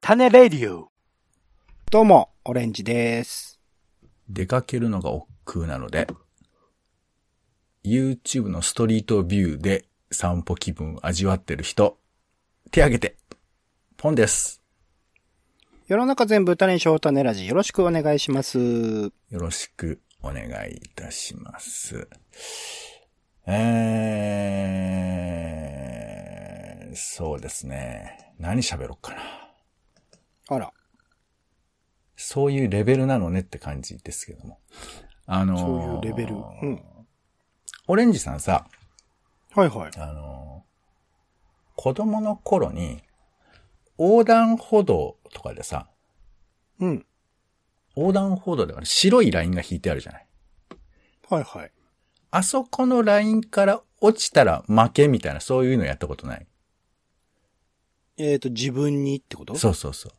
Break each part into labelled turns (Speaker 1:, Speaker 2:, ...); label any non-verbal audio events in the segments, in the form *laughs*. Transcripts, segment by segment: Speaker 1: 種レディオ。
Speaker 2: どうも、オレンジです。
Speaker 3: 出かけるのが億劫なので、YouTube のストリートビューで散歩気分味わってる人、手挙げて、ポンです。
Speaker 2: 世の中全部歌にショータネラジ、よろしくお願いします。
Speaker 3: よろしくお願いいたします。えー、そうですね。何喋ろうかな。
Speaker 2: あら、
Speaker 3: そういうレベルなのねって感じですけども。あのー
Speaker 2: そういうレベル。うん。
Speaker 3: オレンジさんさ、
Speaker 2: はいはい。
Speaker 3: あの、子供の頃に、横断歩道とかでさ、
Speaker 2: うん。
Speaker 3: 横断歩道ではね白いラインが引いてあるじゃない。
Speaker 2: はいはい。
Speaker 3: あそこのラインから落ちたら負けみたいな、そういうのやったことない。
Speaker 2: えっ、と、自分にってこと
Speaker 3: そうそうそう。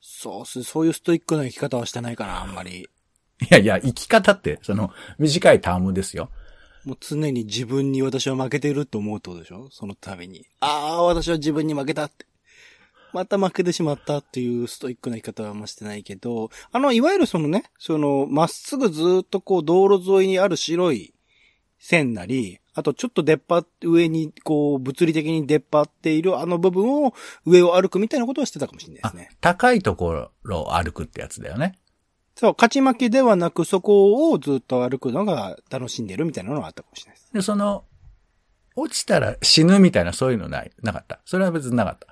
Speaker 2: そうっす。そういうストイックな生き方はしてないかな、あんまり。
Speaker 3: いやいや、生き方って、その、短いタームですよ。
Speaker 2: もう常に自分に私は負けていると思うってことでしょその度に。ああ、私は自分に負けたって。また負けてしまったっていうストイックな生き方はあんましてないけど、あの、いわゆるそのね、その、まっすぐずーっとこう、道路沿いにある白い線なり、あとちょっと出っ張っ、上にこう、物理的に出っ張っているあの部分を、上を歩くみたいなことはしてたかもしれないで
Speaker 3: あ
Speaker 2: すね。
Speaker 3: 高いところを歩くってやつだよね。
Speaker 2: そう、勝ち負けではなく、そこをずっと歩くのが楽しんでるみたいなのはあったかもしれないです。
Speaker 3: で、その、落ちたら死ぬみたいな、そういうのない、なかった。それは別になかった。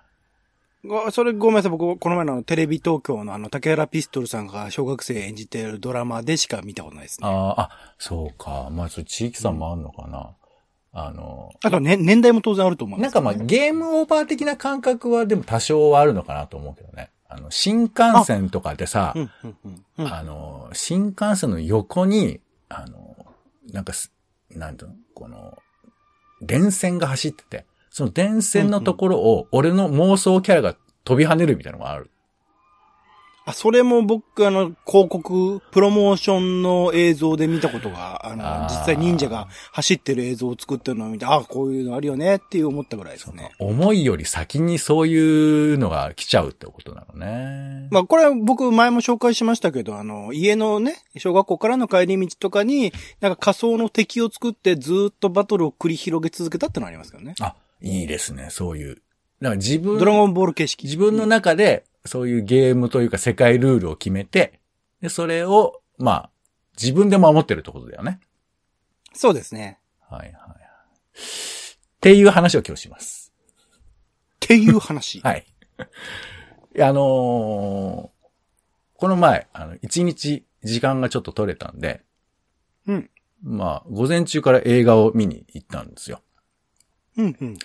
Speaker 2: ごそれごめんなさい、僕、この前のあのテレビ東京のあの、竹原ピストルさんが小学生演じてるドラマでしか見たことないですね。あ
Speaker 3: あーあ、そうか。まあ、それ地域差もあるのかな。あの、
Speaker 2: とね、年代も当然あると思います。
Speaker 3: なんかまあ、ゲームオーバー的な感覚はでも多少はあるのかなと思うけどね。あの、新幹線とかでさ
Speaker 2: う、ん、うん、うん。うん
Speaker 3: あの、新幹線の横に、あの、なんかす、なんていうの、この、電線が走ってて、その電線のところを俺の妄想キャラが飛び跳ねるみたいなのがある。
Speaker 2: あ、それも僕、あの、広告、プロモーションの映像で見たことが、あの、
Speaker 3: あー
Speaker 2: 実際忍者が走ってる映像を作ってるのを見て、ああ、こういうのあるよねっていう思ったぐらいですね。
Speaker 3: 思いより先にそういうのが来ちゃうってことなのね。
Speaker 2: まあ、これは僕前も紹介しましたけど、あの、家のね、小学校からの帰り道とかに、なんか仮想の敵を作ってずーっとバトルを繰り広げ続けたってのありますけどね。
Speaker 3: あ、いいですね、そういう。だから自分
Speaker 2: ドラゴンボール形式。
Speaker 3: 自分の中で、そういうゲームというか世界ルールを決めて、で、それを、まあ、自分で守ってるってことだよね。
Speaker 2: そうですね。
Speaker 3: はいはいはい。っていう話を今日します。
Speaker 2: っていう話。
Speaker 3: はい。いやあのーこの前、あの、一日時間がちょっと取れたんで、
Speaker 2: うん。
Speaker 3: まあ、午前中から映画を見に行ったんですよ。
Speaker 2: うん、うん、うん。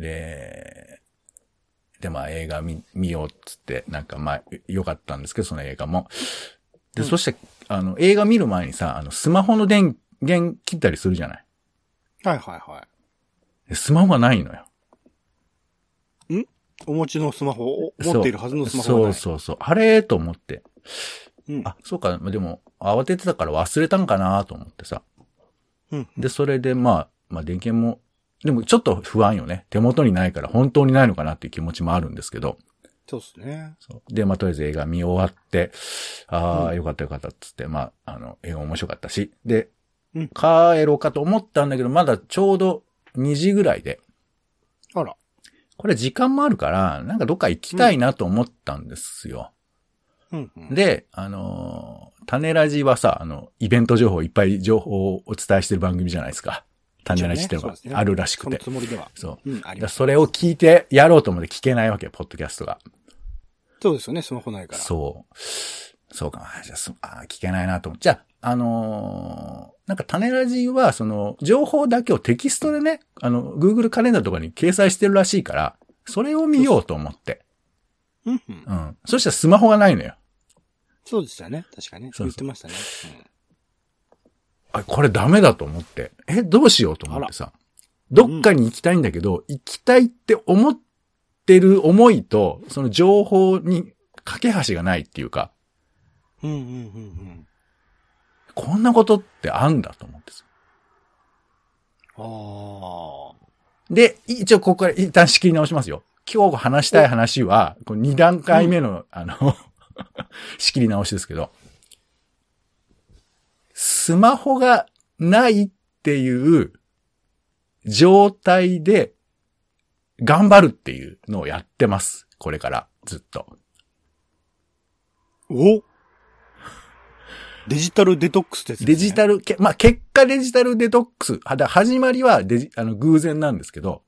Speaker 3: で、で、まあ映画見、見ようっつって、なんかまあ、良かったんですけど、その映画も。で、そして、あの、映画見る前にさ、あの、スマホの電源切ったりするじゃない。
Speaker 2: はいはいは
Speaker 3: でスマホがないのよ。
Speaker 2: い。お持ちのスマホ、お持っているはずのスマホがない。
Speaker 3: そうそうそう。あれと思って。
Speaker 2: うん
Speaker 3: あ、そうか、まあでも、慌ててたから忘れたんかなと思ってさ。
Speaker 2: うん
Speaker 3: で、それで、まあ、まあ電源も、でもちょっと不安よね。手元にないから本当にないのかなっていう気持ちもあるんですけど。
Speaker 2: そうですね。
Speaker 3: そうで、まあ、とりあえず映画見終わって、ああ、よかったよかったっつって、まあ、あの、映画面白かったし、で、
Speaker 2: うん
Speaker 3: 帰ろうかと思ったんだけど、まだちょうど2時ぐらいで、
Speaker 2: あら。
Speaker 3: これ時間もあるから、なんかどっか行きたいなと思ったんですよ。
Speaker 2: うん、うん。
Speaker 3: で、あのー種ラジはさ、あの、イベント情報いっぱい情報をお伝えしてる番組じゃないですか。種ラジっていう
Speaker 2: そ
Speaker 3: の
Speaker 2: う
Speaker 3: が
Speaker 2: ですね
Speaker 3: あるらしく
Speaker 2: その
Speaker 3: て。
Speaker 2: つもりでは。
Speaker 3: そう。
Speaker 2: うん、あ
Speaker 3: だ
Speaker 2: り
Speaker 3: から
Speaker 2: ます。
Speaker 3: それを聞いてやろうと思って聞けないわけよ、ポッドキャストが。
Speaker 2: そうですよね、スマホないから。
Speaker 3: そう。そうか。あじゃあ、すあ聞けないなと思って。じゃあ、あのーなんか種ラジは、その、情報だけをテキストでね、あの、Google カレンダーとかに掲載してるらしいから、それを見ようと思って。
Speaker 2: うん、うん。
Speaker 3: うん。そしたらスマホがないのよ。
Speaker 2: そうでしたね。確かね。
Speaker 3: そうそう
Speaker 2: 言ってましたね。
Speaker 3: あ、これダメだと思って。え、どうしようと思ってさ。どっかに行きたいんだけど、行きたいって思ってる思いと、その情報に架け橋がないっていうか、
Speaker 2: うん、うん、うん、うんうん。
Speaker 3: こんなことってあんだと思ってさ。
Speaker 2: ああ。
Speaker 3: で、一応ここから一旦仕切り直しますよ。今日話したい話は、こう2段階目の、あの、 *laughs* 仕切り直しですけど、スマホがないっていう状態で頑張るっていうのをやってます。これから、ずっと。
Speaker 2: おデジタルデトックスです、ね。
Speaker 3: デジタ
Speaker 2: ル。
Speaker 3: ル、けまあ、結果デジタルデトックス。はだ始まりはデジ、あの、偶然なんですけど、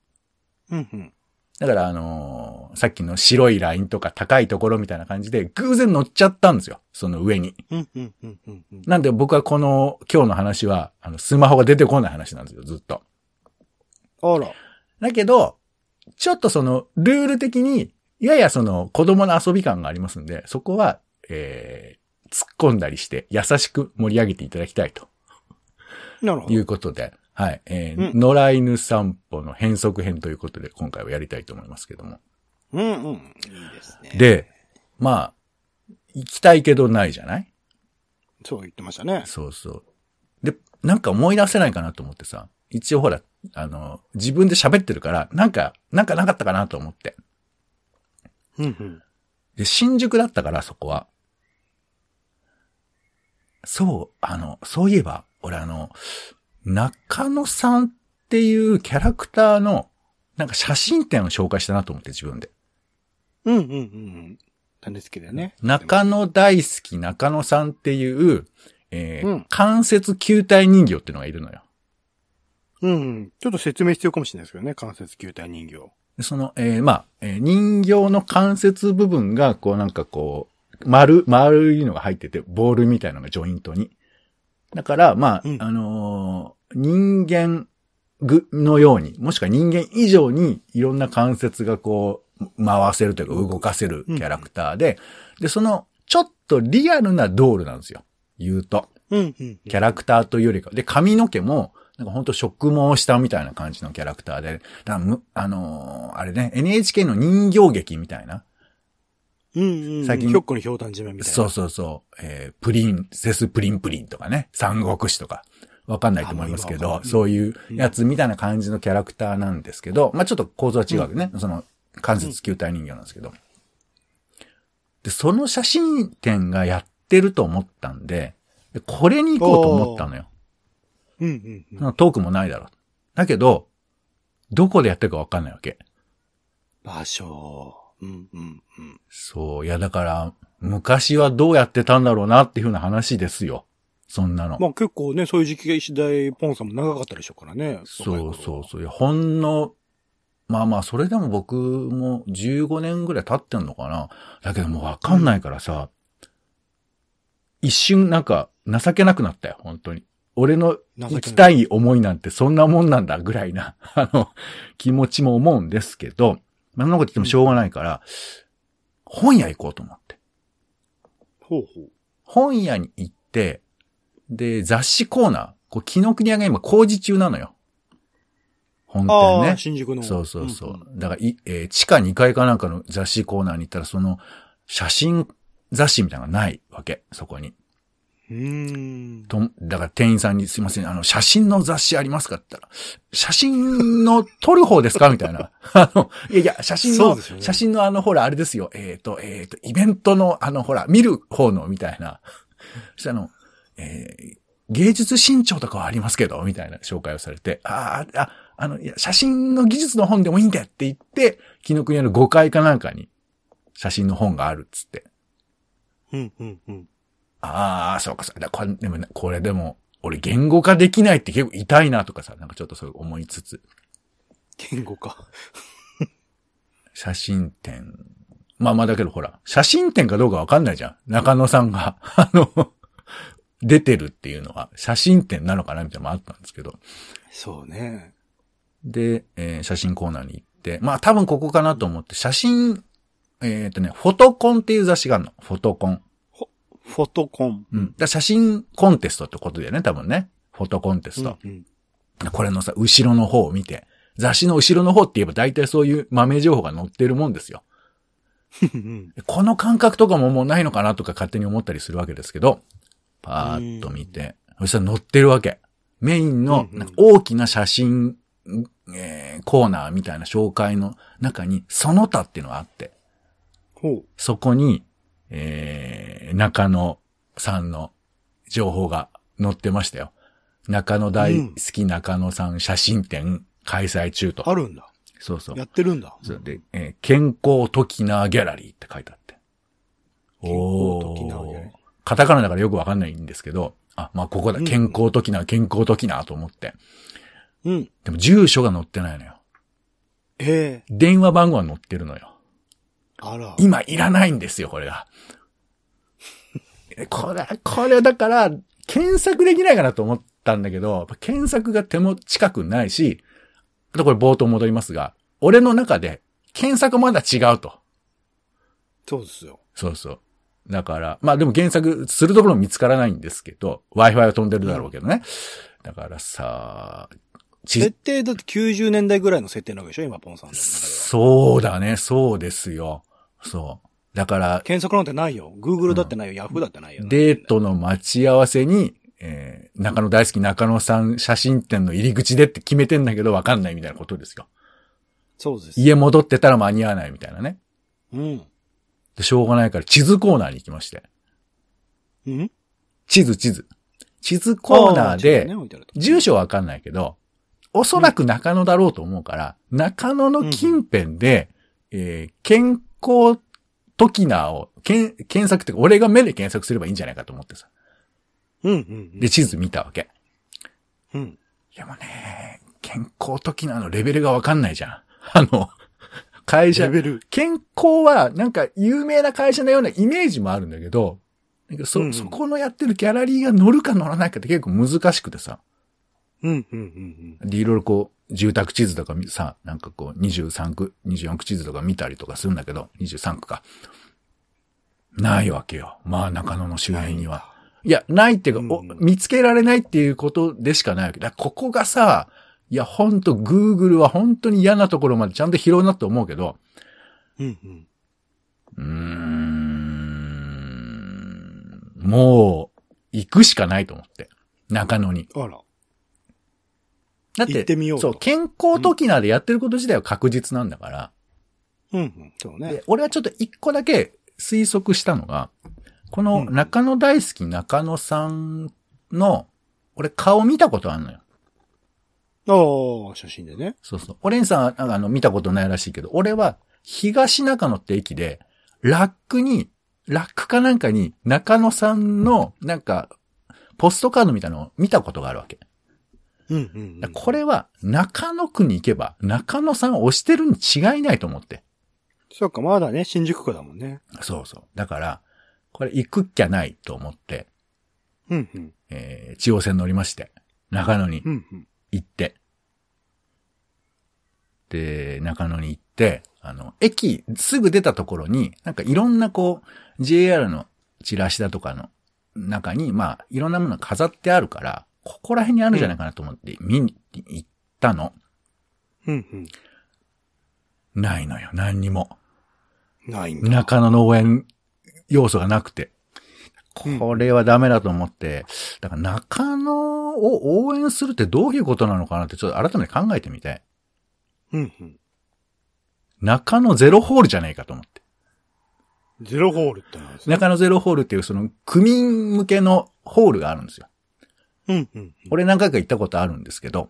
Speaker 2: うんうん。
Speaker 3: だからあのーさっきの白いラインとか高いところみたいな感じで、偶然乗っちゃったんですよ。その上に。
Speaker 2: うんうんうんうんうん。
Speaker 3: なんで僕はこの、今日の話は、あの、スマホが出てこない話なんですよ、ずっと。
Speaker 2: あら。
Speaker 3: だけど、ちょっとその、ルール的に、ややその、子供の遊び感がありますんで、そこは、えー、突っ込んだりして、優しく盛り上げていただきたいと
Speaker 2: なるほ
Speaker 3: い
Speaker 2: ど。
Speaker 3: うことで、はい、えー、
Speaker 2: うん
Speaker 3: 野良犬散歩の変則編ということで、今回はやりたいと思いますけども。
Speaker 2: うんうん。いいですね。、
Speaker 3: で、まあ、行きたいけどないじゃない
Speaker 2: そう言ってましたね。
Speaker 3: そうそう。で、なんか思い出せないかなと思ってさ、一応ほら、あの、自分で喋ってるから、なんか、なんかなかったかなと思って。
Speaker 2: うんうん。
Speaker 3: で、新宿だったから、そこは。そう、あの、そういえば、俺あの、中野さんっていうキャラクターの、なんか写真展を紹介したなと思って、自分で。
Speaker 2: うんうんうんうん。種付けだね。
Speaker 3: 中野大好き中野さんっていう、えー
Speaker 2: うん
Speaker 3: 関節球体人形っていうのがいるのよ。
Speaker 2: うんうん。ちょっと説明必要かもしれないですけどね。関節球体人形。
Speaker 3: でその、えーまあ、えー人形の関節部分が、こうなんかこう、丸、丸いのが入ってて、ボールみたいなのがジョイントに。だから、まあ、
Speaker 2: うん
Speaker 3: あのー人間具のように、もしくは人間以上にいろんな関節がこう、回せるというか動かせるキャラクターで、で、その、ちょっとリアルなドールなんですよ。言うと。
Speaker 2: うんうん。
Speaker 3: キャラクターというよりか。で、髪の毛も、なんかほんと植毛したみたいな感じのキャラクターで。だからむあのーあれね、NHK の人形劇みたいな。
Speaker 2: うんうんうん。最
Speaker 3: 最
Speaker 2: 近。
Speaker 3: 近
Speaker 2: ひょっこりひょうたん締めみたいな。
Speaker 3: そうそうそう。えー、プリンセスプリンプリンとかね。三国志とか。わかんないと思いますけ
Speaker 2: あまあまあ
Speaker 3: ど
Speaker 2: ま、あ
Speaker 3: そういうやつみたいな感じのキャラクターなんですけど、まあちょっと構造は違うわけね。その、関節球体人形なんですけど。で、その写真展がやってると思ったんで、でこれに行こうと思ったのよ。
Speaker 2: うんうんうん。
Speaker 3: なんかトークもないだろう。だけど、どこでやってるかわかんないわけ。
Speaker 2: 場所。うんうんうん。
Speaker 3: そう、いやだから、昔はどうやってたんだろうなっていうふうな話ですよ。そんなの。
Speaker 2: まあ結構ね、そういう時期が石田ポンさんも長かったでしょうからね。
Speaker 3: そうそううそう。いやほんの、まあまあ、それでも僕も15年ぐらい経ってんのかな。だけどもうわかんないからさ、一瞬なんか情けなくなったよ、本当に。俺の
Speaker 2: 情けない
Speaker 3: 行きたい思いなんてそんなもんなんだぐらいな、 *laughs* あの、気持ちも思うんですけど、まあそんなこと言ってもしょうがないから、本屋行こうと思って。
Speaker 2: ほうほう。
Speaker 3: 本屋に行って、で、雑誌コーナー、こう、紀ノ国屋が今工事中なのよ。本
Speaker 2: あ
Speaker 3: 店
Speaker 2: あ、
Speaker 3: ね。
Speaker 2: 新宿の。
Speaker 3: そうそうそう。
Speaker 2: んん
Speaker 3: だからい、えー地下2階かなんかの雑誌コーナーに行ったら、その、写真雑誌みたいなのがないわけ、そこに。
Speaker 2: うーん。
Speaker 3: と、だから店員さんにすいません、あの、写真の雑誌ありますかって言ったら、写真の撮る方ですかみたいな。 *laughs* あの、いやいや、写真
Speaker 2: そう
Speaker 3: の、
Speaker 2: ですよね
Speaker 3: 写真のあの、ほら、あれですよ、えっ、と、えっ、と、イベントの、あの、ほら、見る方の、みたいな。 *laughs* そしたらあの、えー芸術新潮とかはありますけど、みたいな紹介をされて、あーあ、あの、いや、写真の技術の本でもいいんだよって言って、紀ノ国屋の5階かなんかに、写真の本があるっつって。
Speaker 2: うんうんうん。
Speaker 3: ああ、そうか、そうか。だこれ、でもね、これでも、俺言語化できないって結構痛いなとかさ、なんかちょっとそう思いつつ、
Speaker 2: 言語か。
Speaker 3: 写真展。まあまあだけどほら、写真展かどうかわかんないじゃん。中野さんが、 *laughs* あの、出てるっていうのは、写真展なのかなみたいなのもあったんですけど。
Speaker 2: そうね。
Speaker 3: で、えー写真コーナーに行って、まあ多分ここかなと思って、写真、えっ、とね、フォトコンっていう雑誌があるの。フォトコン。
Speaker 2: フォトコン。
Speaker 3: うん。だから写真コンテストってことだよね、多分ね。フォトコンテスト。
Speaker 2: うんうん
Speaker 3: これのさ、後ろの方を見て、雑誌の後ろの方って言えば大体そういう豆情報が載ってるもんですよ。
Speaker 2: うん
Speaker 3: この感覚とかももうないのかなとか勝手に思ったりするわけですけど、パーッと見て、そしたら載ってるわけ。メインの
Speaker 2: うんうん
Speaker 3: なんか大きな写真えーコーナーみたいな紹介の中に、その他っていうのがあって、
Speaker 2: ほう。
Speaker 3: そこに、えー中野さんの情報が載ってましたよ。中野大好き中野さん写真展開催中と。
Speaker 2: あるんだ。
Speaker 3: そうそう
Speaker 2: や。ってるんだ。
Speaker 3: そうで、えー健康トキナーギャラリーって書いてあって。
Speaker 2: 健康トキナーギャラリー
Speaker 3: おーカタカナだからよくわかんないんですけど、あ、まあここだ、
Speaker 2: うん
Speaker 3: 健康トキナー、健康トキナーと思って。
Speaker 2: うん。
Speaker 3: でも住所が載ってないのよ。
Speaker 2: ええ
Speaker 3: 電話番号が載ってるのよ。
Speaker 2: あら。
Speaker 3: 今いらないんですよ、これが。 *laughs* これ、これだから、検索できないかなと思ったんだけど、やっぱ検索が手も近くないし、あとこれ冒頭戻りますが、俺の中で検索まだ違うと。
Speaker 2: そうですよ。
Speaker 3: そうそう。だから、まあでも検索するところも見つからないんですけど、Wi-Fi は飛んでるだろうけどね。だからさ、
Speaker 2: 設
Speaker 3: ち、
Speaker 2: 定だって90年代ぐらいの設定なわけでしょ今、ポンさんの中では。
Speaker 3: そうだね、そうですよ。そう。だから、
Speaker 2: 検索なんてないよ。Google だってないよ。Yahoo だってないよ。
Speaker 3: デートの待ち合わせに、えー中野大好き中野さん写真展の入り口でって決めてんだけどわかんないみたいなことですよ。
Speaker 2: そうです。
Speaker 3: 家戻ってたら間に合わないみたいなね。
Speaker 2: うん。
Speaker 3: で、しょうがないから地図コーナーに行きまして。
Speaker 2: うん
Speaker 3: 地図、地図。地図コーナー
Speaker 2: ああ地
Speaker 3: で、
Speaker 2: 図ね置いてあると
Speaker 3: 住所はわかんないけど、おそらく中野だろうと思うから、中野の近辺で、えー健康トキナーを、けん検索ってか、俺が目で検索すればいいんじゃないかと思ってさ。
Speaker 2: うんうん
Speaker 3: で、地図見たわけ。
Speaker 2: うん。うん。
Speaker 3: いやもうね、健康トキナーのレベルがわかんないじゃん。 *laughs* あの、会社
Speaker 2: レ、ベル。
Speaker 3: 健康はなんか有名な会社のようなイメージもあるんだけど、なんかそ、
Speaker 2: うんうん
Speaker 3: そこのやってるギャラリーが乗るか乗らないかって結構難しくてさ。
Speaker 2: うんうんうん
Speaker 3: で、いろいろこう、住宅地図とかみさ、なんかこう、23区、24区地図とか見たりとかするんだけど、23区か。ないわけよ。まあ、中野の周辺には。いや、ないっていうか、お
Speaker 2: うんうん
Speaker 3: 見つけられないっていうことでしかないわけ。だからここがさ、いや、ほんと、Google は本当に嫌なところまでちゃんと拾うなと思うけど、
Speaker 2: うん。うんうん。
Speaker 3: うーん、もう、行くしかないと思って。中野に。
Speaker 2: あら。
Speaker 3: だって、
Speaker 2: 行ってみようと
Speaker 3: そう、健康時なでやってること自体は確実なんだから、
Speaker 2: うんうん。そうね
Speaker 3: で。俺はちょっと一個だけ推測したのが、こ
Speaker 2: う
Speaker 3: の
Speaker 2: ん
Speaker 3: 中野大好き中野さんの、俺顔見たことあるのよ。
Speaker 2: ああ、写真でね。
Speaker 3: そうそう。オレンさんはあの見たことないらしいけど、俺は東中野って駅で、ラックに、ラックかなんかに中野さんの、なんか、ポストカードみたいなのを見たことがあるわけ。
Speaker 2: うんうんうん。
Speaker 3: これは中野区に行けば中野さんを推してるに違いないと思って。
Speaker 2: そうか、まだね、新宿区だもんね。
Speaker 3: そうそう。だから、これ行くっきゃないと思って、
Speaker 2: うんうん。
Speaker 3: えー、中央線乗りまして、中野に
Speaker 2: うんうん。
Speaker 3: 行って、で、中野に行って、あの、駅すぐ出たところに、なんかいろんなこう、JR のチラシだとかの中に、まあ、いろんなものが飾ってあるから、ここら辺にあるんじゃないかなと思って、見に行ったの。
Speaker 2: うんうん。
Speaker 3: ないのよ、何にも。
Speaker 2: ないんだ。
Speaker 3: 中野の応援要素がなくて。これはダメだと思って、だから中野を応援するってどういうことなのかなってちょっと改めて考えてみて、
Speaker 2: うんうん。
Speaker 3: 中野ゼロホールじゃねえかと思って。
Speaker 2: ゼロホールってなんですね。
Speaker 3: 中野ゼロホールっていうその区民向けのホールがあるんですよ。
Speaker 2: うんうんうん。
Speaker 3: 俺何回か行ったことあるんですけど、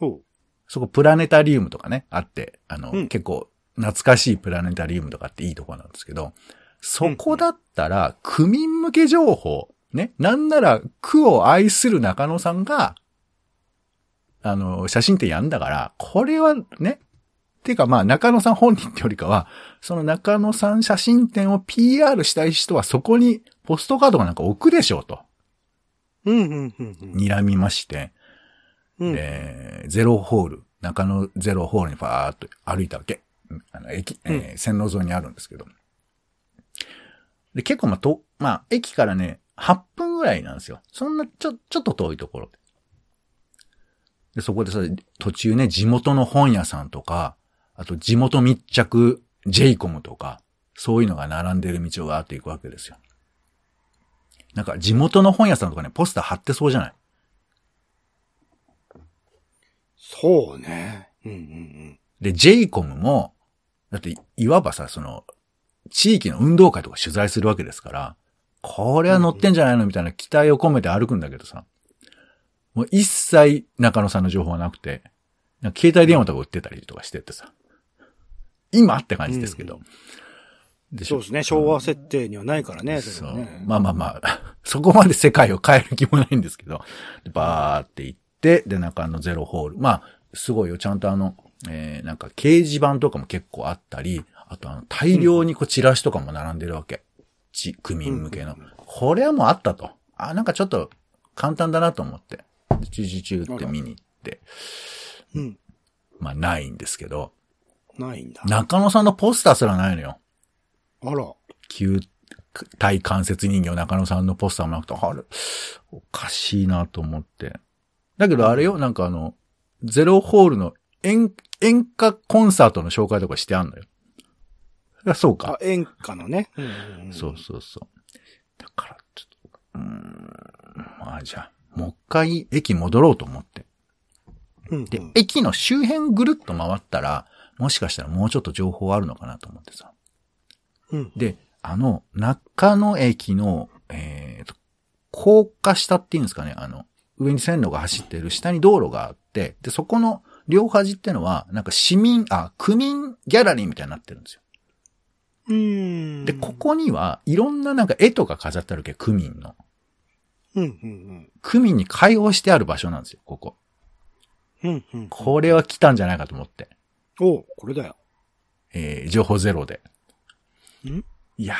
Speaker 2: ほ
Speaker 3: そこプラネタリウムとかね、あって、あの、
Speaker 2: うん
Speaker 3: 結構懐かしいプラネタリウムとかっていいとこなんですけど、そこだったら、区民向け情報、ね、なんなら区を愛する中野さんが、あの、写真ってやんだから、これはね、てかまあ中野さん本人ってよりかは、その中野さん写真展を PR したい人はそこにポストカードがなんか置くでしょうと、
Speaker 2: う。うんうんうんうん。
Speaker 3: 睨みまして、
Speaker 2: うん
Speaker 3: えーゼロホール、中野ゼロホールにファーっと歩いたわけ。あの、駅、えー線路沿いにあるんですけど。で、結構まあ、と、まあ、駅からね、8分ぐらいなんですよ。そんな、ちょ、ちょっと遠いところで。で、そこでさ、途中ね、地元の本屋さんとか、あと地元密着 j コムとか、そういうのが並んでる道をわーっていくわけですよ。なんか地元の本屋さんとかね、ポスター貼ってそうじゃない
Speaker 2: そうね。うんうん
Speaker 3: で、JCOM も、だって、いわばさ、その、地域の運動会とか取材するわけですから、これは乗ってんじゃないのみたいな期待を込めて歩くんだけどさ、もう一切中野さんの情報はなくて、なんか携帯電話とか売ってたりとかしてってさ、今って感じですけど。
Speaker 2: う
Speaker 3: で
Speaker 2: ん。
Speaker 3: し
Speaker 2: そ
Speaker 3: ょ
Speaker 2: うですね。昭和設定にはないからね。
Speaker 3: そ
Speaker 2: れ
Speaker 3: う
Speaker 2: はね
Speaker 3: まあまあまあ、 *laughs* そこまで世界を変える気もないんですけど、でバーって行って、で、中のゼロホール。まあ、すごいよ。ちゃんとあの、えー、なんか掲示板とかも結構あったり、あとあの、大量にこうチラシとかも並んでるわけ。ち、区民向けの。これはもうあったと。あ、なんかちょっと簡単だなと思って、チュチュチュって見に行って、
Speaker 2: うん。
Speaker 3: まあないんですけど、
Speaker 2: ないんだ。
Speaker 3: 中野さんのポスターすらないのよ。
Speaker 2: あら。
Speaker 3: 球体関節人形中野さんのポスターもなくて、あれ、おかしいなと思って。だけどあれよ、なんかあの、ゼロホールの演、演歌コンサートの紹介とかしてあんのよ。あそう
Speaker 2: あ
Speaker 3: か、。
Speaker 2: 演歌のね。うんうんうん
Speaker 3: そうそうそう。だから、ちょっと、うーん、まあじゃあ、もう一回駅戻ろうと思って。
Speaker 2: うんうん。
Speaker 3: で、駅の周辺ぐるっと回ったら、もしかしたらもうちょっと情報あるのかなと思ってさ。
Speaker 2: うん。
Speaker 3: で、あの、中野駅の、えーと、高架下っていうんですかね、あの、上に線路が走ってる、下に道路があって、で、そこの両端ってのは、なんか市民、あ、区民ギャラリーみたいになってるんですよ。
Speaker 2: うん。
Speaker 3: で、こ。こには、いろんななんか絵とか飾ってあるけど、区民の。
Speaker 2: うんうん
Speaker 3: 区民に開放してある場所なんですよ、ここ。
Speaker 2: うん。うんうん。
Speaker 3: これは来たんじゃないかと思って。
Speaker 2: おうこれだよ。
Speaker 3: えー情報ゼロで。
Speaker 2: ん
Speaker 3: いやー、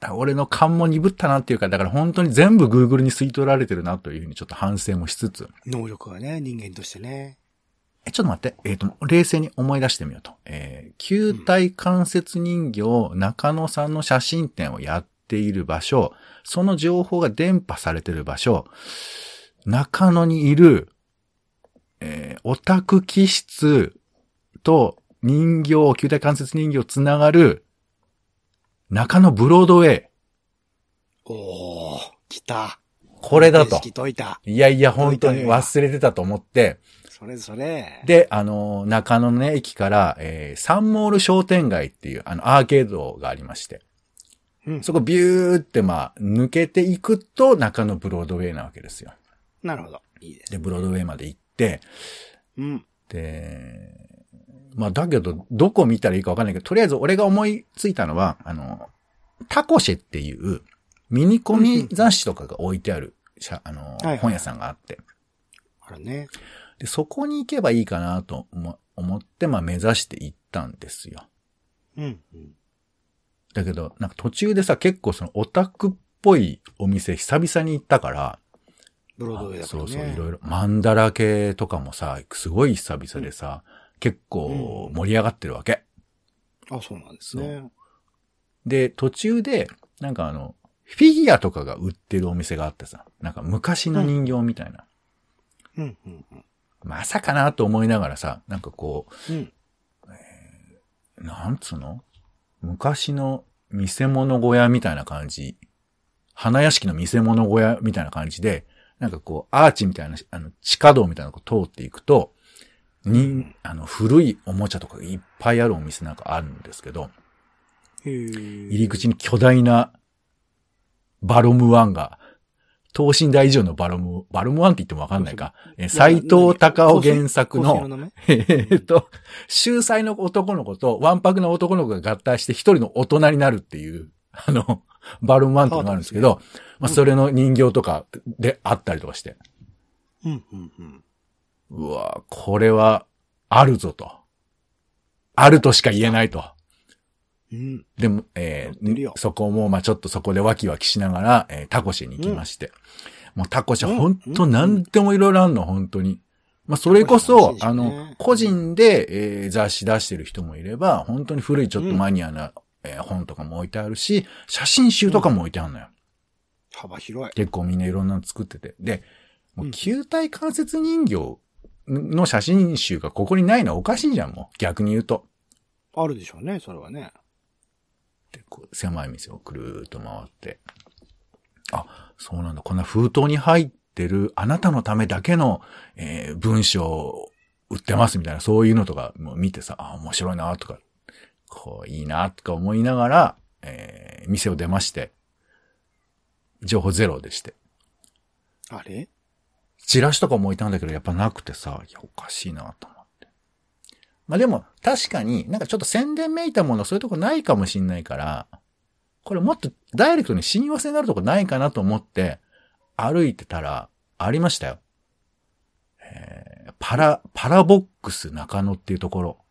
Speaker 3: だから俺の勘も鈍ったなっていうか、だから本当に全部 Google に吸い取られてるなというふうにちょっと反省もしつつ、
Speaker 2: 能力はね、人間としてね。
Speaker 3: え、ちょっと待って、えっ、と、冷静に思い出してみようと。えー球体関節人形、中野さんの写真展をやっている場所、その情報が伝播されてる場所、中野にいる、えーオタク気質と人形、球体関節人形つながる、中野ブロードウェイ。
Speaker 2: おー、来た。
Speaker 3: これだと
Speaker 2: 意。識解いた。
Speaker 3: いやいや、本当に忘れてたと思って、
Speaker 2: それそれ。、
Speaker 3: で、あの、中野のね、駅から、えーサンモール商店街っていう、あの、アーケードがありまして、
Speaker 2: うん、
Speaker 3: そこビューって、まあ、抜けていくと、中野ブロードウェイなわけですよ。
Speaker 2: なるほど。いいです。
Speaker 3: で、ブロードウェイまで行って、
Speaker 2: うん。
Speaker 3: で、まあ、だけど、どこ見たらいいかわかんないけど、とりあえず俺が思いついたのは、あの、タコシェっていう、ミニコミ雑誌とかが置いてある、しゃあの
Speaker 2: いはい、
Speaker 3: 本屋さんがあって、
Speaker 2: あれね。
Speaker 3: で、そこに行けばいいかなと思思って、まあ、目指して行ったんですよ。
Speaker 2: うん。うん
Speaker 3: だけど、なんか途中でさ、結構そのオタクっぽいお店久々に行ったから、
Speaker 2: ブロードウェイだから
Speaker 3: そ
Speaker 2: ね。
Speaker 3: うそう、いろ
Speaker 2: い
Speaker 3: いろ、マンダラ系とかもさ、すごい久々でさ、結構盛り上がってるわけ。
Speaker 2: ろ。あ、そうなんですね。
Speaker 3: で、途中で、なんかあの、フィギュアとかが売ってるお店があってさ、なんか昔の人形みたいな。
Speaker 2: うん。うん。うん
Speaker 3: まさかなと思いながらさ、なんかこ
Speaker 2: うん。
Speaker 3: う、なんつうの昔の見せ物小屋みたいな感じ。花屋敷の見せ物小屋みたいな感じで、なんかこう、アーチみたいな、あの、地下道みたいなのを通っていくと、に、あの、古いおもちゃとかがいっぱいあるお店なんかあるんですけど、
Speaker 2: へー
Speaker 3: 入り口に巨大なバロムワンが、等身大以上のバロム、バロムワンって言ってもわかんないか。え斎藤隆夫原作
Speaker 2: 香水
Speaker 3: の、
Speaker 2: 名前
Speaker 3: えーっと、秀才の男の子と、わんぱくな男の子が合体して一人の大人になるっていう、あの、バロムワンっていうのがあるんですけど、まあ、それの人形とかであったりとかして、
Speaker 2: うん。うん。うん。
Speaker 3: うわぁこれは、あるぞと。あるとしか言えないと。
Speaker 2: うん。
Speaker 3: でも、え
Speaker 2: 乗ってる
Speaker 3: ー
Speaker 2: よ、
Speaker 3: そこも、まあちょっとそこでワキワキしながら、えータコシに行きまして。もうタコシ
Speaker 2: うん
Speaker 3: は本当何でもいろいろあんの、本当に。まあそれこ
Speaker 2: タコ
Speaker 3: そ、
Speaker 2: シ
Speaker 3: あ
Speaker 2: 楽しいしね
Speaker 3: の、個人で、えー雑誌出してる人もいれば、本当に古いちょっとマニアな、えー本とかも置いてあるし、写真集とかも置いてあるのよ。
Speaker 2: 幅広い。
Speaker 3: 結構みんないろんなの作ってて。で、も
Speaker 2: う
Speaker 3: うん球体関節人形の写真集がここにないのはおかしいじゃん、もう。逆に言うと。
Speaker 2: あるでしょうね、それはね。
Speaker 3: でこう狭い店をくるーっと回って、あ、そうなんだ、こんな封筒に入ってるあなたのためだけの、えー文章売ってますみたいな、そういうのとかも見てさ、あ、面白いなとか、こう、いいなとか思いながら、えー、店を出まして、情報ゼロでして。
Speaker 2: あれ
Speaker 3: チラシとかも置いたんだけど、やっぱなくてさ、いや、おかしいなと思って。まあでも、確かになんかちょっと宣伝めいたもの、そういうとこないかもしんないから、これもっとダイレクトに親和性のあるとこないかなと思って、歩いてたら、ありましたよ。えー、パラ、パラボックス中野っていうところ。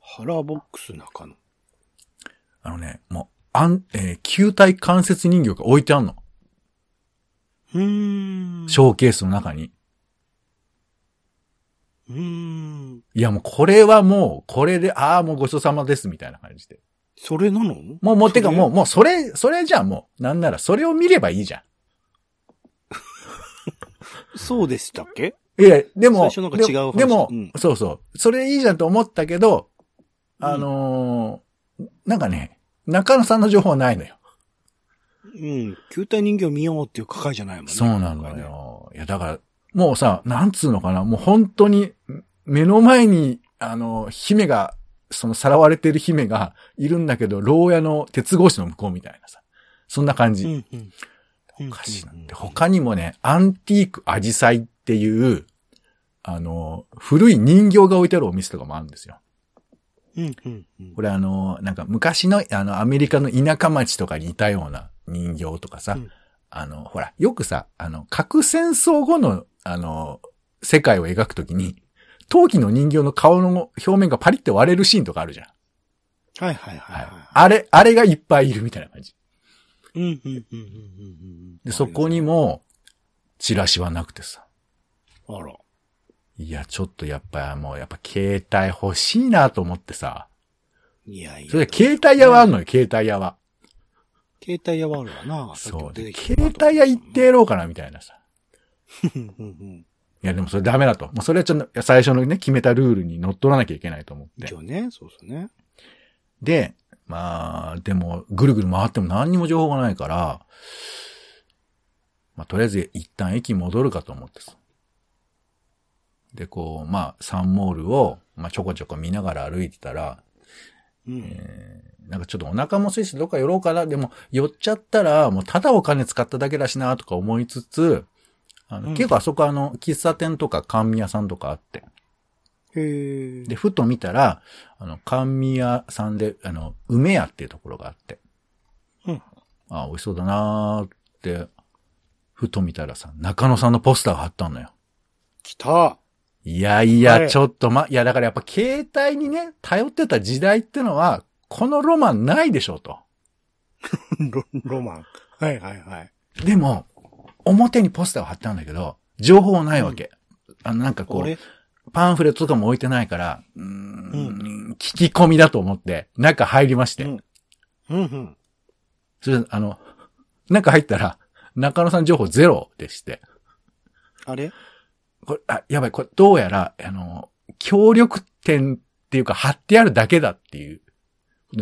Speaker 2: 腹ボックス中野。
Speaker 3: あのね、もう、あん、えー球体関節人形が置いてあんの。
Speaker 2: うーん。
Speaker 3: ショーケースの中に。
Speaker 2: うーん。
Speaker 3: いやもうこれはもう、これで、ああ、もうごちそうさまです、みたいな感じで。
Speaker 2: それなの
Speaker 3: もう、もう、てか
Speaker 2: それ
Speaker 3: もう、もう、それ、それじゃあもう、なんなら、それを見ればいいじゃ
Speaker 2: そうでしたっけ
Speaker 3: ん。いや、でも、
Speaker 2: 最初なんか違う話
Speaker 3: でも、
Speaker 2: うん
Speaker 3: そうそう。それいいじゃんと思ったけど、
Speaker 2: うん
Speaker 3: あのーなんかね、中野さんの情報はないのよ。
Speaker 2: うん。球体人形見ようっていう抱えじゃないもんね。
Speaker 3: そうなの。よ。いや、だから、もうさ、なんつうのかな、もう本当に、目の前に、あの、姫が、その、さらわれてる姫がいるんだけど、牢屋の鉄格子の向こうみたいなさ。そんな感じ。
Speaker 2: うんうん。お
Speaker 3: おかしいなで、他にもね、アンティークアジサイっていう、あの、古い人形が置いてあるお店とかもあるんですよ。
Speaker 2: うんうんうん
Speaker 3: こ。れあの、なんか昔の、あの、アメリカの田舎町とかにいたような人形とかさ、
Speaker 2: うん
Speaker 3: あの、ほら、よくさ、あの、核戦争後の、あの、世界を描くときに、陶器の人形の顔の表面がパリって割れるシーンとかあるじゃん。
Speaker 2: はいはいはい
Speaker 3: はい
Speaker 2: は
Speaker 3: あれ、あれがいっぱいいるみたいな感じ。
Speaker 2: い。うんうんうんうんうんうん。
Speaker 3: で、そこにも、チラシはなくてさ。
Speaker 2: あら。
Speaker 3: いや、ちょっとやっぱもう、やっぱ携帯欲しいなと思ってさ。
Speaker 2: いやいや。
Speaker 3: それで携帯屋はあんのよ、携帯屋は。
Speaker 2: 携帯屋はあるわな。
Speaker 3: そう。で
Speaker 2: さっき
Speaker 3: 携
Speaker 2: も出てきた
Speaker 3: 帯屋行ってやろうかな、みたいなさ。
Speaker 2: うんうんうん。
Speaker 3: いや、でもそれダメだと。もうそれはちょっと、最初のね、決めたルールに乗っ取らなきゃいけないと思って
Speaker 2: 一。応ね、そうですね。
Speaker 3: で、まあ、でも、ぐるぐる回っても何にも情報がないから、まあ、とりあえず一旦駅戻るかと思ってさ。で、こう、まあ、サンモールを、まあ、ちょこちょこ見ながら歩いてたら、
Speaker 2: うん。
Speaker 3: なんかちょっとお腹も空いてどっか寄ろうかな。でも、寄っちゃったら、もうただお金使っただけだしな、とか思いつつ、あの、
Speaker 2: うん
Speaker 3: 結構あそこあの、喫茶店とか甘味屋さんとかあって。
Speaker 2: へえ。
Speaker 3: で、ふと見たら、あの、甘味屋さんで、あの、梅屋っていうところがあって。
Speaker 2: うん。
Speaker 3: あ、美味しそうだなーって、ふと見たらさ、中野さんのポスターが貼ったのよ。
Speaker 2: 来
Speaker 3: *laughs*
Speaker 2: た
Speaker 3: いやい
Speaker 2: は
Speaker 3: や、
Speaker 2: い
Speaker 3: ちょっとま、いやだからやっぱ携帯にね、頼ってた時代ってのは、このロマンないでしょ、と。
Speaker 2: ロロマン。はいはいはい。
Speaker 3: でも、表にポスターを貼ったんだけど、情報ないわけ。あの、なんかこ
Speaker 2: これ
Speaker 3: う、パンフレットとかも置いてないから、うーん、聞き込みだと思って、中入りまして。
Speaker 2: うんうんうん。
Speaker 3: それであの、中入ったら、中野さん情報ゼロでして。
Speaker 2: あれ
Speaker 3: これ、あ、やばい、これどうやら、あの、協力店っていうか貼ってあるだけだっていう、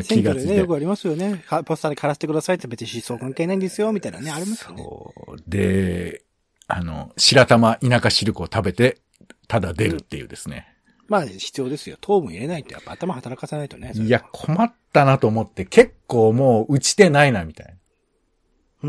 Speaker 2: 選
Speaker 3: 気が
Speaker 2: 挙で
Speaker 3: つい
Speaker 2: ね、
Speaker 3: て
Speaker 2: よ。くありますよね。はポスターに枯らしてくださいって別に思想関係ないんですよ、みたいなね、ありますよね。
Speaker 3: そう。で、あの、白玉田舎汁粉を食べて、ただ出るっていうですね。
Speaker 2: まあ必要ですよ。糖分入れないとやっぱ頭働かさないとね。それ
Speaker 3: いや、。困ったなと思って、結構もう打ち手ないな、みたいな。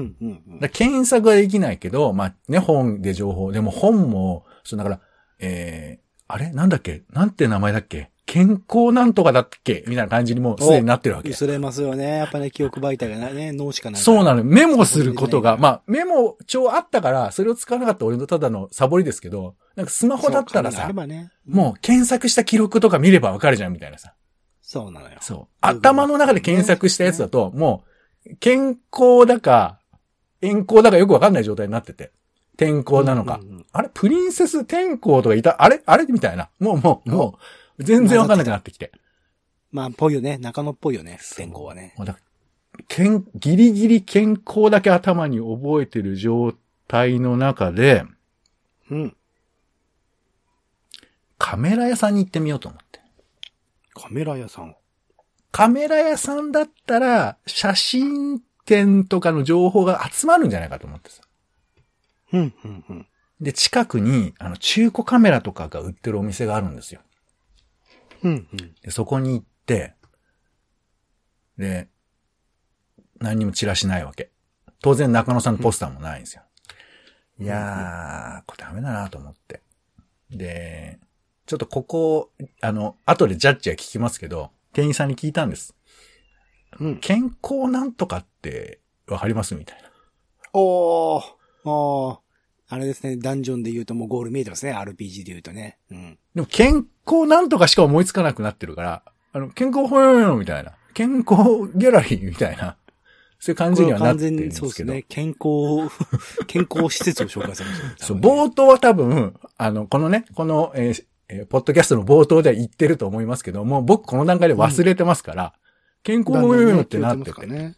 Speaker 2: うんうんうん。
Speaker 3: だから検索はできないけど、まあね、本で情報。でも本も、そう、だから、えー、あれなんだっけなんて名前だっけ健康なんとかだっけみたいな感じにもうすでになってるわけ。
Speaker 2: 薄れますよね。やっぱね、記憶媒体がないね、脳しかない。
Speaker 3: そうな
Speaker 2: の。
Speaker 3: の。メモすること
Speaker 2: そ
Speaker 3: が、
Speaker 2: う
Speaker 3: まあ、メモ帳あったから、それを使わなかった俺のただのサボりですけど、なんかスマホだったら
Speaker 2: そうあ
Speaker 3: さ
Speaker 2: れ、ばね。
Speaker 3: もう検索した記録とか見ればわかるじゃん、みたいなさ。
Speaker 2: そうなのよ。
Speaker 3: そう。頭の中で検索したやつだと、もう、健康だか、健康だかよくわかんない状態になってて。天候なのか。
Speaker 2: うんうんうん
Speaker 3: あれプリンセス天候とかいたあれあれみたいな。もうもう、もう、全然わかんなくなってきて。
Speaker 2: まあ、ぽいよね。中野っぽいよね。天候はね。
Speaker 3: もうだけん、ギリギリ健康だけ頭に覚えてる状態の中で、
Speaker 2: うん。
Speaker 3: カメラ屋さんに行ってみようと思って。
Speaker 2: カメラ屋さん。
Speaker 3: カメラ屋さんだったら、写真展とかの情報が集まるんじゃないかと思ってさ。
Speaker 2: うんうんうん。
Speaker 3: で、近くに、あの、中古カメラとかが売ってるお店があるんですよ。
Speaker 2: うん、うん。
Speaker 3: で、そこに行って、で、何にもチラシないわけ。当然中野さんのポスターもないんですよ。いやー、これダメだなと思って。で、ちょっとここ、あの、後でジャッジは聞きますけど、店員さんに聞いたんです。
Speaker 2: うん。
Speaker 3: 健康なんとかってわかりますみたいな。
Speaker 2: おー。おー。あれですね、ダンジョンで言うともうゴール見えてますね、RPG で言うとね。うん。
Speaker 3: でも健康なんとかしか思いつかなくなってるから、あの、健康ほよよみたいな。健康ギャラリーみたいな。そういう感じにはなっ
Speaker 2: 完
Speaker 3: てる
Speaker 2: 全
Speaker 3: んで
Speaker 2: に
Speaker 3: す
Speaker 2: そうで
Speaker 3: け
Speaker 2: す
Speaker 3: ど。
Speaker 2: ね、健康、 *laughs* 健康施設を紹介されました。
Speaker 3: そ
Speaker 2: 多
Speaker 3: う、
Speaker 2: 分ね
Speaker 3: 冒頭は多分、あの、このね、この、えーえーポッドキャストの冒頭では言ってると思いますけど、もう僕この段階で忘れてますから、健康もよよってなってて。
Speaker 2: ね。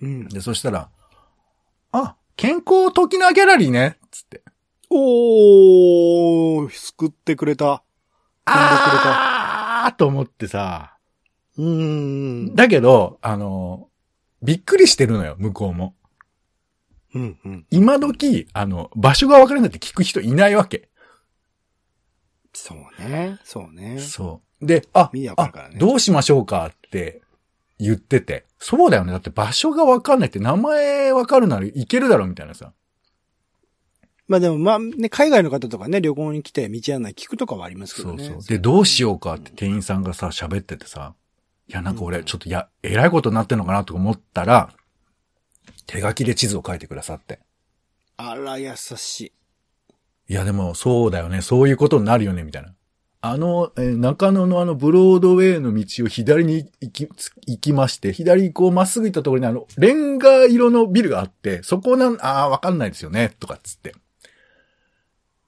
Speaker 2: うん。
Speaker 3: で、そしたら、あ、健康時なギャラリーね、つって。
Speaker 2: おー、救ってくれた。
Speaker 3: あーと思ってさ、
Speaker 2: うーん。
Speaker 3: だけど、あの、びっくりしてるのよ、向こうも。
Speaker 2: うん、うん。
Speaker 3: 今時、あの、場所がわからないって聞く人いないわけ。
Speaker 2: そうね。そうね。
Speaker 3: そう。で、あ、
Speaker 2: 見えやわか
Speaker 3: あ
Speaker 2: るからね
Speaker 3: どうしましょうかって言ってて。そうだよね。だって場所がわかんないって名前わかるならいけるだろみたいなさ。
Speaker 2: まあでも、まあね、海外の方とかね、旅行に来て道案内聞くとかはありますけ
Speaker 3: そ
Speaker 2: ど
Speaker 3: う
Speaker 2: ね。
Speaker 3: そう。で、どうしようかって店員さんがさ、喋っててさ。いや、なんか俺、ちょっと、いや、えらいことになってんのかなとか思ったら、手書きで地図を書いてくださって。
Speaker 2: あら、優しい。
Speaker 3: いや、でも、そうだよね。そういうことになるよね、みたいな。あの、えー中野のあの、ブロードウェイの道を左に行き、つ行きまして、左にこう、まっすぐ行ったところにあの、レンガ色のビルがあって、そこなん、ああ、わかんないですよね、とかっつって。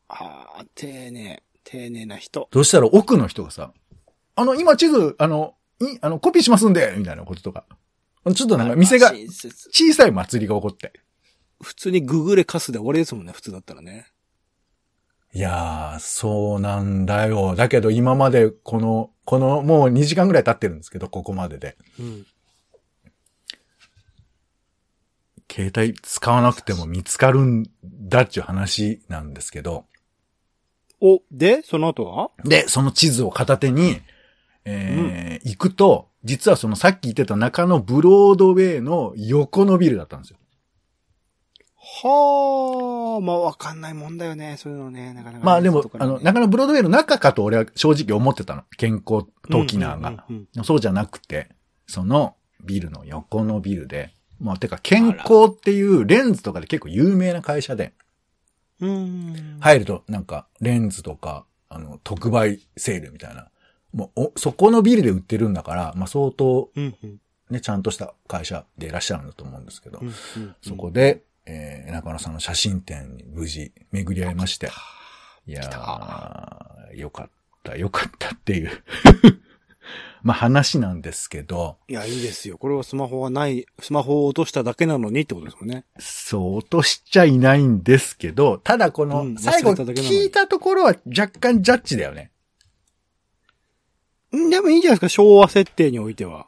Speaker 2: ああ、丁寧、丁寧な人。
Speaker 3: そしたら奥の人がさ、あの、今地図、あの、い、あの、コピーしますんで、みたいなこととか。ちょっとなんか、店が、
Speaker 2: 親切
Speaker 3: 小さい祭りが起こって。
Speaker 2: 普通にググレカスで終わりですもんね、普通だったらね。
Speaker 3: いやー、そうなんだよ。だけど、今まで、この、この、もう2時間ぐらい経ってるんですけど、ここまでで。
Speaker 2: うん。
Speaker 3: 携帯使わなくても見つかるんだっていう話なんですけど、
Speaker 2: お、で、その後は
Speaker 3: で、その地図を片手に、えー行くと、実はそのさっき言ってた中野ブロードウェイの横のビルだったんですよ。
Speaker 2: はあ、まあわかんないもんだよね、そういうのね、なかなかね、
Speaker 3: まあでも
Speaker 2: 外、から
Speaker 3: あ
Speaker 2: ね
Speaker 3: の、中野ブロードウェイの中かと俺は正直思ってたの。健康トキナーが。
Speaker 2: うんうんうん
Speaker 3: そうじゃなくて、そのビルの横のビルで、まあてか健康っていうレンズとかで結構有名な会社で、
Speaker 2: うん。うん。い。
Speaker 3: 入ると、なんか、レンズとか、あの、特売セールみたいな。もう、おそこのビルで売ってるんだから、まあ、相当、
Speaker 2: うん、うん。
Speaker 3: ね、ちゃんとした会社でいらっしゃるんだと思うんですけど、
Speaker 2: うん
Speaker 3: そこで、えー、中野さんの写真展に無事巡り合いまして、いやー、よかった、よかったっていう、 *laughs* まあ、話なんですけど、
Speaker 2: いや、いいですよ。これはスマホがない、スマホを落としただけなのにってことですもんね。
Speaker 3: そう、落としちゃいないんですけど、ただこ
Speaker 2: うん
Speaker 3: の、最
Speaker 2: 忘
Speaker 3: 後
Speaker 2: れただけなのに
Speaker 3: 聞いたところは若干ジャッジだよね。
Speaker 2: んでもいいんじゃないですか、昭和設定においては。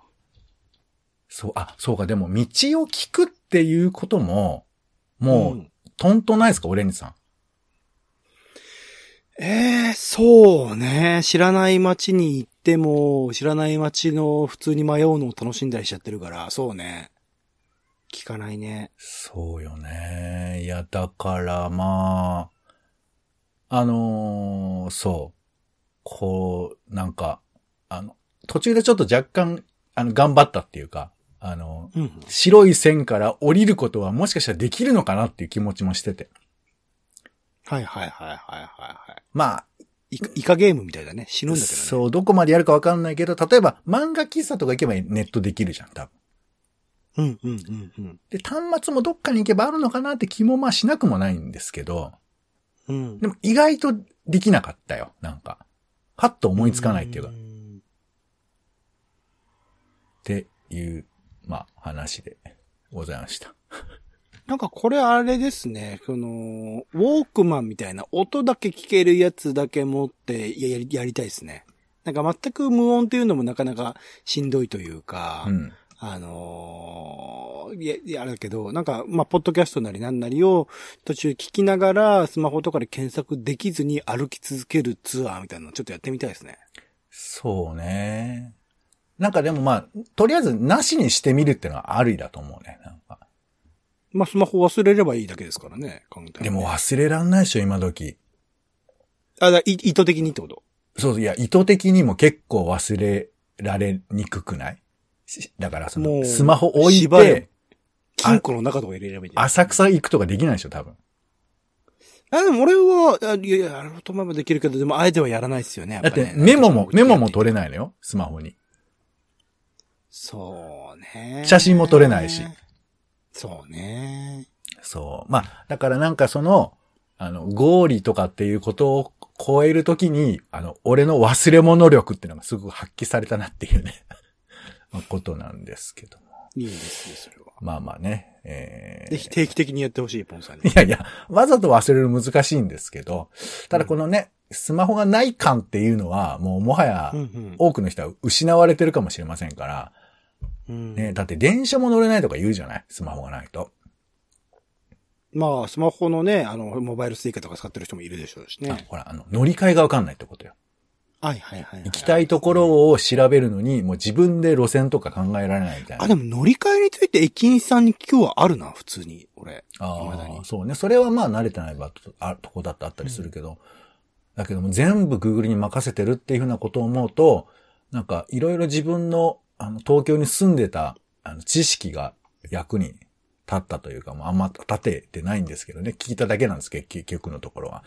Speaker 3: そう、あ、そうか、でも道を聞くっていうことも、も
Speaker 2: う、
Speaker 3: うんとんとないですか、オレンジさん。
Speaker 2: ええそうね。知らない街に行っても、知らない街の普通に迷うのを楽しんだりしちゃってるから、そうね。聞かないね。
Speaker 3: そうよね。いや、だから、まあ、あのーそう。こう、なんか、あの、途中でちょっと若干、あの、頑張ったっていうか、あの、
Speaker 2: うん。
Speaker 3: 白い線から降りることはもしかしたらできるのかなっていう気持ちもしてて。
Speaker 2: はいはいはいはいはいは
Speaker 3: まあ、
Speaker 2: い。イカイカゲームみたいだね。死ぬんだけどね。う。
Speaker 3: そう、どこまでやるかわかんないけど、例えば漫画喫茶とか行けばネットできるじゃん、多分。
Speaker 2: うんうんうんうん。
Speaker 3: で、端末もどっかに行けばあるのかなって気もまあしなくもないんですけど、
Speaker 2: うん。
Speaker 3: でも意外とできなかったよ、なんか。はっと思いつかないっていうか、っ
Speaker 2: ん
Speaker 3: ていう、まあ話でございました。
Speaker 2: なんかこれあれですね。この、ウォークマンみたいな音だけ聞けるやつだけ持っていややりやりたいですね。なんか全く無音っていうのもなかなかしんどいというか、
Speaker 3: うん。
Speaker 2: あのーいや、いや、あれだけど、なんか、まあ、ポッドキャストなりなんなりを途中聞きながら、スマホとかで検索できずに歩き続けるツアーみたいなのちょっとやってみたいですね。
Speaker 3: そうね。なんかでもまあ、とりあえずなしにしてみるってのはありだと思うね。なんか。
Speaker 2: まあ、スマホ忘れればいいだけですからね、考えたら
Speaker 3: でも忘れらんないでしょ、今時。
Speaker 2: あ、だい意図的にってこと
Speaker 3: そうそう、いや、意図的にも結構忘れられにくくないしだからそ
Speaker 2: も
Speaker 3: の、
Speaker 2: う
Speaker 3: スマホ置い
Speaker 2: 縛る
Speaker 3: て、
Speaker 2: 金庫の中とか入れればいいんじゃない
Speaker 3: 浅草行くとかできないでしょ、多分。
Speaker 2: あ、でも俺は、あいやいや、やろうと思えばできるけど、でもあえてはやらないですよね。や
Speaker 3: だ
Speaker 2: っ
Speaker 3: っ
Speaker 2: ぱね
Speaker 3: て、メモも、メモも
Speaker 2: れ
Speaker 3: 取れないのよ、スマホに。
Speaker 2: そうね。
Speaker 3: 写真も撮れないし。
Speaker 2: そうね。
Speaker 3: そう。まあ、だからなんかその、あの、合理とかっていうことを超えるときに、あの、俺の忘れ物力っていうのがすごく発揮されたなっていうね、 *laughs* まあ、ことなんですけども。
Speaker 2: いいですね、それは。
Speaker 3: まあまあね、えー
Speaker 2: ぜひ定期的にやってほしい、ポンさんに
Speaker 3: い。やいや、わざと忘れるの難しいんですけど、ただこのね、スマホがない感っていうのは、もうもはや
Speaker 2: うんうん
Speaker 3: 多くの人は失われてるかもしれませんから、
Speaker 2: うん
Speaker 3: ね、だって電車も乗れないとか言うじゃないスマホがないと。
Speaker 2: まあ、スマホのね、あの、モバイルスイカとか使ってる人もいるでしょうし
Speaker 3: あ
Speaker 2: ね。
Speaker 3: ほら、あの、乗り換えがわかんないってことよ。
Speaker 2: はいはいはい。
Speaker 3: 行きたいとこ。ろを調べるのに、もう自分で路線とか考えられないみたいな。
Speaker 2: あ、でも乗り換えについて駅員さんに今日はあるな、普通に。俺。
Speaker 3: あ
Speaker 2: 未だに
Speaker 3: ーそうね。それはまあ慣れてない場とあとこだってあったりするけど、だけども全部 Google に任せてるっていうふうなことを思うと、なんかいろいろ自分のあの東京に住んでたあの知識が役に立ったというか、もうあんま立ててないんですけどね。聞いただけなんですけど、結結局のところは。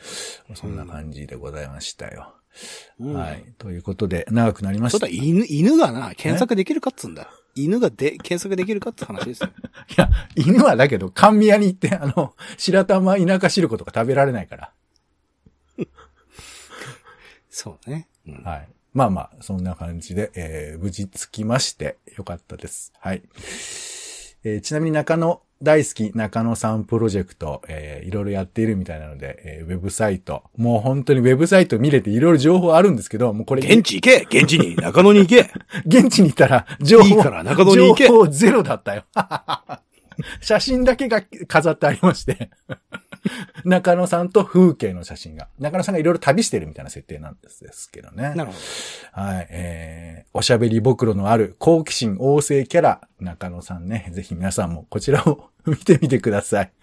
Speaker 3: そんな感じでございましたよ。
Speaker 2: うん
Speaker 3: はい。。ということで、長くなりま
Speaker 2: そ
Speaker 3: し
Speaker 2: う
Speaker 3: た。
Speaker 2: だ、
Speaker 3: い
Speaker 2: 犬、犬がな、検索できるかっつうんだ。犬がで、検索できるかって話です *laughs* よ。
Speaker 3: や、犬はだけど、甘味屋に行って、あの、 *laughs* 白玉田舎汁粉とか食べられないから。
Speaker 2: そうね。うん
Speaker 3: はい。まあまあ、そんな感じで、えー無事着きまして、よかったです。はい。えーちなみに中野、大好き中野さんプロジェクト、えーいろいろやっているみたいなので、えーウェブサイト、もう本当にウェブサイト見れていろいろ情報あるんですけど、もうこれ、
Speaker 2: 現地行け現地に中野に行け
Speaker 3: 現地にいたら、情報、
Speaker 2: いいから中野に行け
Speaker 3: 情報ゼロだったよ。 *laughs* 写真だけが飾ってありまして。中野さんと風景の写真が。中野さんがいろいろ旅してるみたいな設定なんですですけどね。
Speaker 2: *laughs* なるほ
Speaker 3: はい、えー、おしゃべりぼくろのある好奇心旺盛キャラ、中野さんね、ぜひ皆さんもこちらを見てみてください。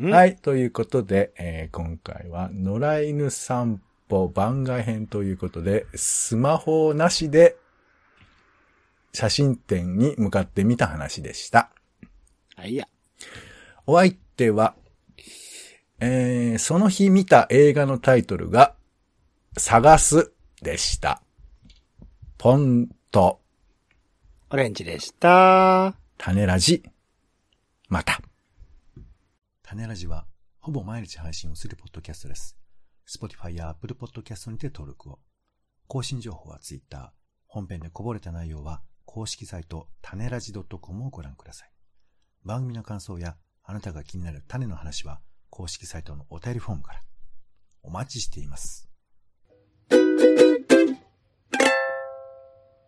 Speaker 2: うん
Speaker 3: はい、ということで、えー今回は野良犬散歩番外編ということで、スマホなしで写真展に向かってみた話でした。
Speaker 2: ど。はい、いや。
Speaker 3: お相手は、えー、その日見た映画のタイトルが、探すでした。ポンと
Speaker 2: オレンジでした。
Speaker 3: 種ラジ。また。種ラジは、ほぼ毎日配信をするポッドキャストです。Spotify や Apple Podcast にて登録を。更新情報は Twitter。本編でこぼれた内容は、公式サイト、種ラジ .com をご覧ください。番組の感想や、あなたが気になる種の話は、公式サイトのお便りフォームから。お待ちしています。